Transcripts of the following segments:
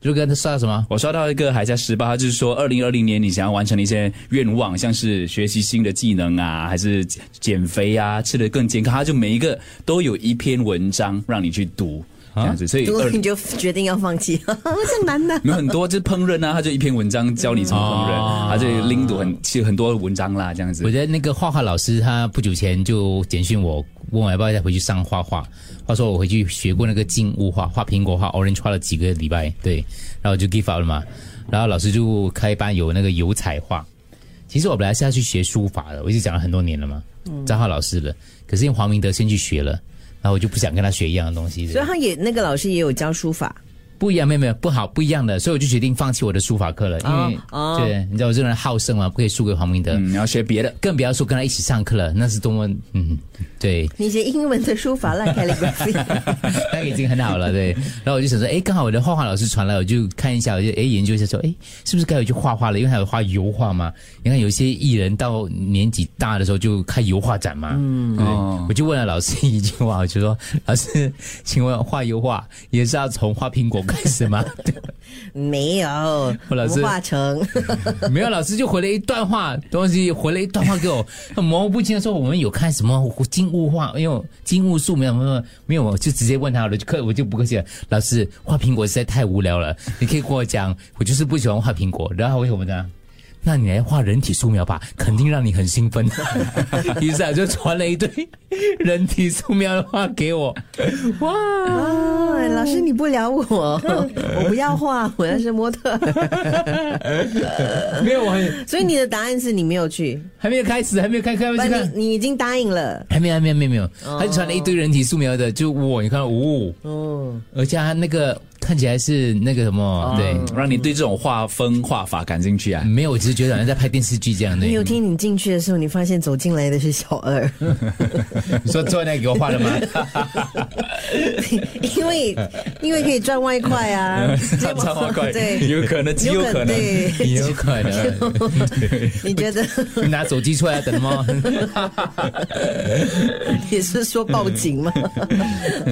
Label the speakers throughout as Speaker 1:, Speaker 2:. Speaker 1: 就跟他刷什么？
Speaker 2: 我刷到一个还在十八，他就是说二零二零年你想要完成的一些愿望，像是学习新的技能啊，还是减肥啊，吃得更健康，他就每一个都有一篇文章让你去读，
Speaker 1: 啊
Speaker 2: 这样子，所以
Speaker 3: 如果
Speaker 2: 二
Speaker 3: 你就决定要放弃，这难呢。
Speaker 2: 有很多就是烹饪啊，他就一篇文章教你怎么烹
Speaker 1: 啊
Speaker 2: 饪，他就拎读很其实很多文章啦，这样子
Speaker 1: 我。觉得那个画画老师他不久前就简讯我，问我要不要再回去上画画。话说我回去学过那个静物画，画苹果画、orange 画了几个礼拜，对，然后就 give up 了嘛。然后老师就开班有那个油彩画。其实我本来是要去学书法的，我已经讲了很多年了嘛，
Speaker 3: 嗯
Speaker 1: 张浩老师了。可是因为黄明德先去学了，然后我就不想跟他学一样的东西。
Speaker 3: 所以他也那个老师也有教书法，
Speaker 1: 不一样，没有没有不好不一样的，所以我就决定放弃我的书法课了，因为、
Speaker 3: 哦哦
Speaker 1: 对，你知道我这个人好胜嘛，不可以输给黄明德。
Speaker 2: 嗯，然后学别的，
Speaker 1: 更不要说跟他一起上课了，那是多么嗯，对，
Speaker 3: 你写英文的书法烂 calligraphy，
Speaker 1: 那个已经很好了，对。然后我就想说，哎，刚好我的画画老师传来，我就看一下，我就哎研究一下，说，哎，是不是该我去画画了？因为还有画油画嘛。你看有些艺人到年纪大的时候就开油画展嘛，嗯，对
Speaker 2: 哦
Speaker 1: 我就问了老师一句话，我就说，老师，请问画油画也是要从画苹果开始吗？
Speaker 3: 没有，
Speaker 1: 我老师
Speaker 3: 我们化成
Speaker 1: 没有，老师就回了一段话，东西回了一段话给我， 很模糊不清的说我们有看什么金物画，因为我金物术没有没有没有，我就直接问他了，就客我就不客气了，老师画苹果实在太无聊了，你可以跟我讲，我就是不喜欢画苹果，然后我什么呢？那你来画人体素描吧，肯定让你很兴奋。 于是啊，就传了一堆人体素描的画给我，哇！
Speaker 3: 啊，老师你不聊我，我不要画，我要是模特儿。
Speaker 1: 没有，我还
Speaker 3: 所以你的答案是你没有去，
Speaker 1: 还没有开始，还没有开开，还没
Speaker 3: 不
Speaker 1: 有去看
Speaker 3: 然你你已经答应了。
Speaker 1: 还哎没有，还没有，还没有，没有，他就传了一堆人体素描的，就我，你看，哦，
Speaker 3: 哦，
Speaker 1: 而且他那个看起来是那个什么，对，
Speaker 2: 让你对这种画风画法感兴趣啊。
Speaker 1: 没有，我只是觉得好像在拍电视剧这样的。
Speaker 3: 你有天你进去的时候，你发现走进来的是小二，
Speaker 1: 你说坐那给我画的吗？
Speaker 3: 因为因为可以赚外快啊，这么
Speaker 2: 超 花怪，
Speaker 3: 对，
Speaker 2: 有可能，极有可能。
Speaker 3: 对，
Speaker 1: 有可能，
Speaker 3: 你觉得
Speaker 1: 你拿手机出来等 吗？
Speaker 3: 你是说报警吗？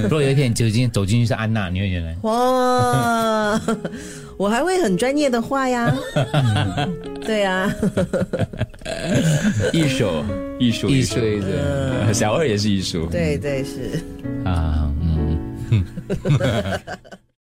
Speaker 1: 如果有一天你走进走进去是安娜，你会觉得
Speaker 3: 哇，我还会很专业的画呀，对啊呀、
Speaker 2: 艺术，艺术，
Speaker 1: 艺术艺术
Speaker 2: 呃小二也是艺术。
Speaker 3: 对对是。
Speaker 1: 啊，嗯。